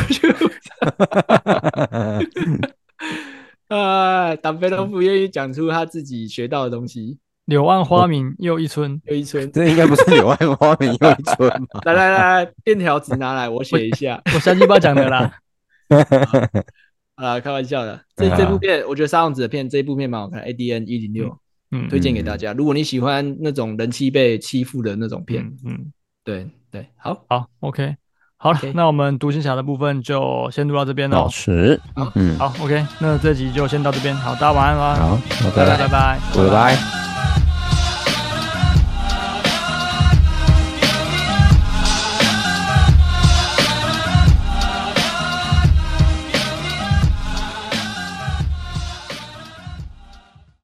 呃，党飞都不愿意讲出他自己学到的东西。
柳暗花明又一村，
又一
<laughs>
村，
这应该不是柳暗花明又一村吧？
来来来来，便条纸拿来，我写一
<laughs>
下。
我瞎鸡巴讲的
<laughs>
啦，
啊，开玩笑
<laughs>
的。这
对啊
这部片，我觉得沙王子的片，这部片蛮好看的，ADN 一零六，
嗯，
推荐给大家。如果你喜欢那种人气被欺负的那种片，
嗯嗯。
对对，好，
好，OK，好了
OK
那我们独行侠的部分就先录到这边
老
喽。
实
好，
嗯，
好，OK，那这集就先到这边。好，大家晚安，晚安，
好，好
拜
的，
拜，拜拜。
拜拜。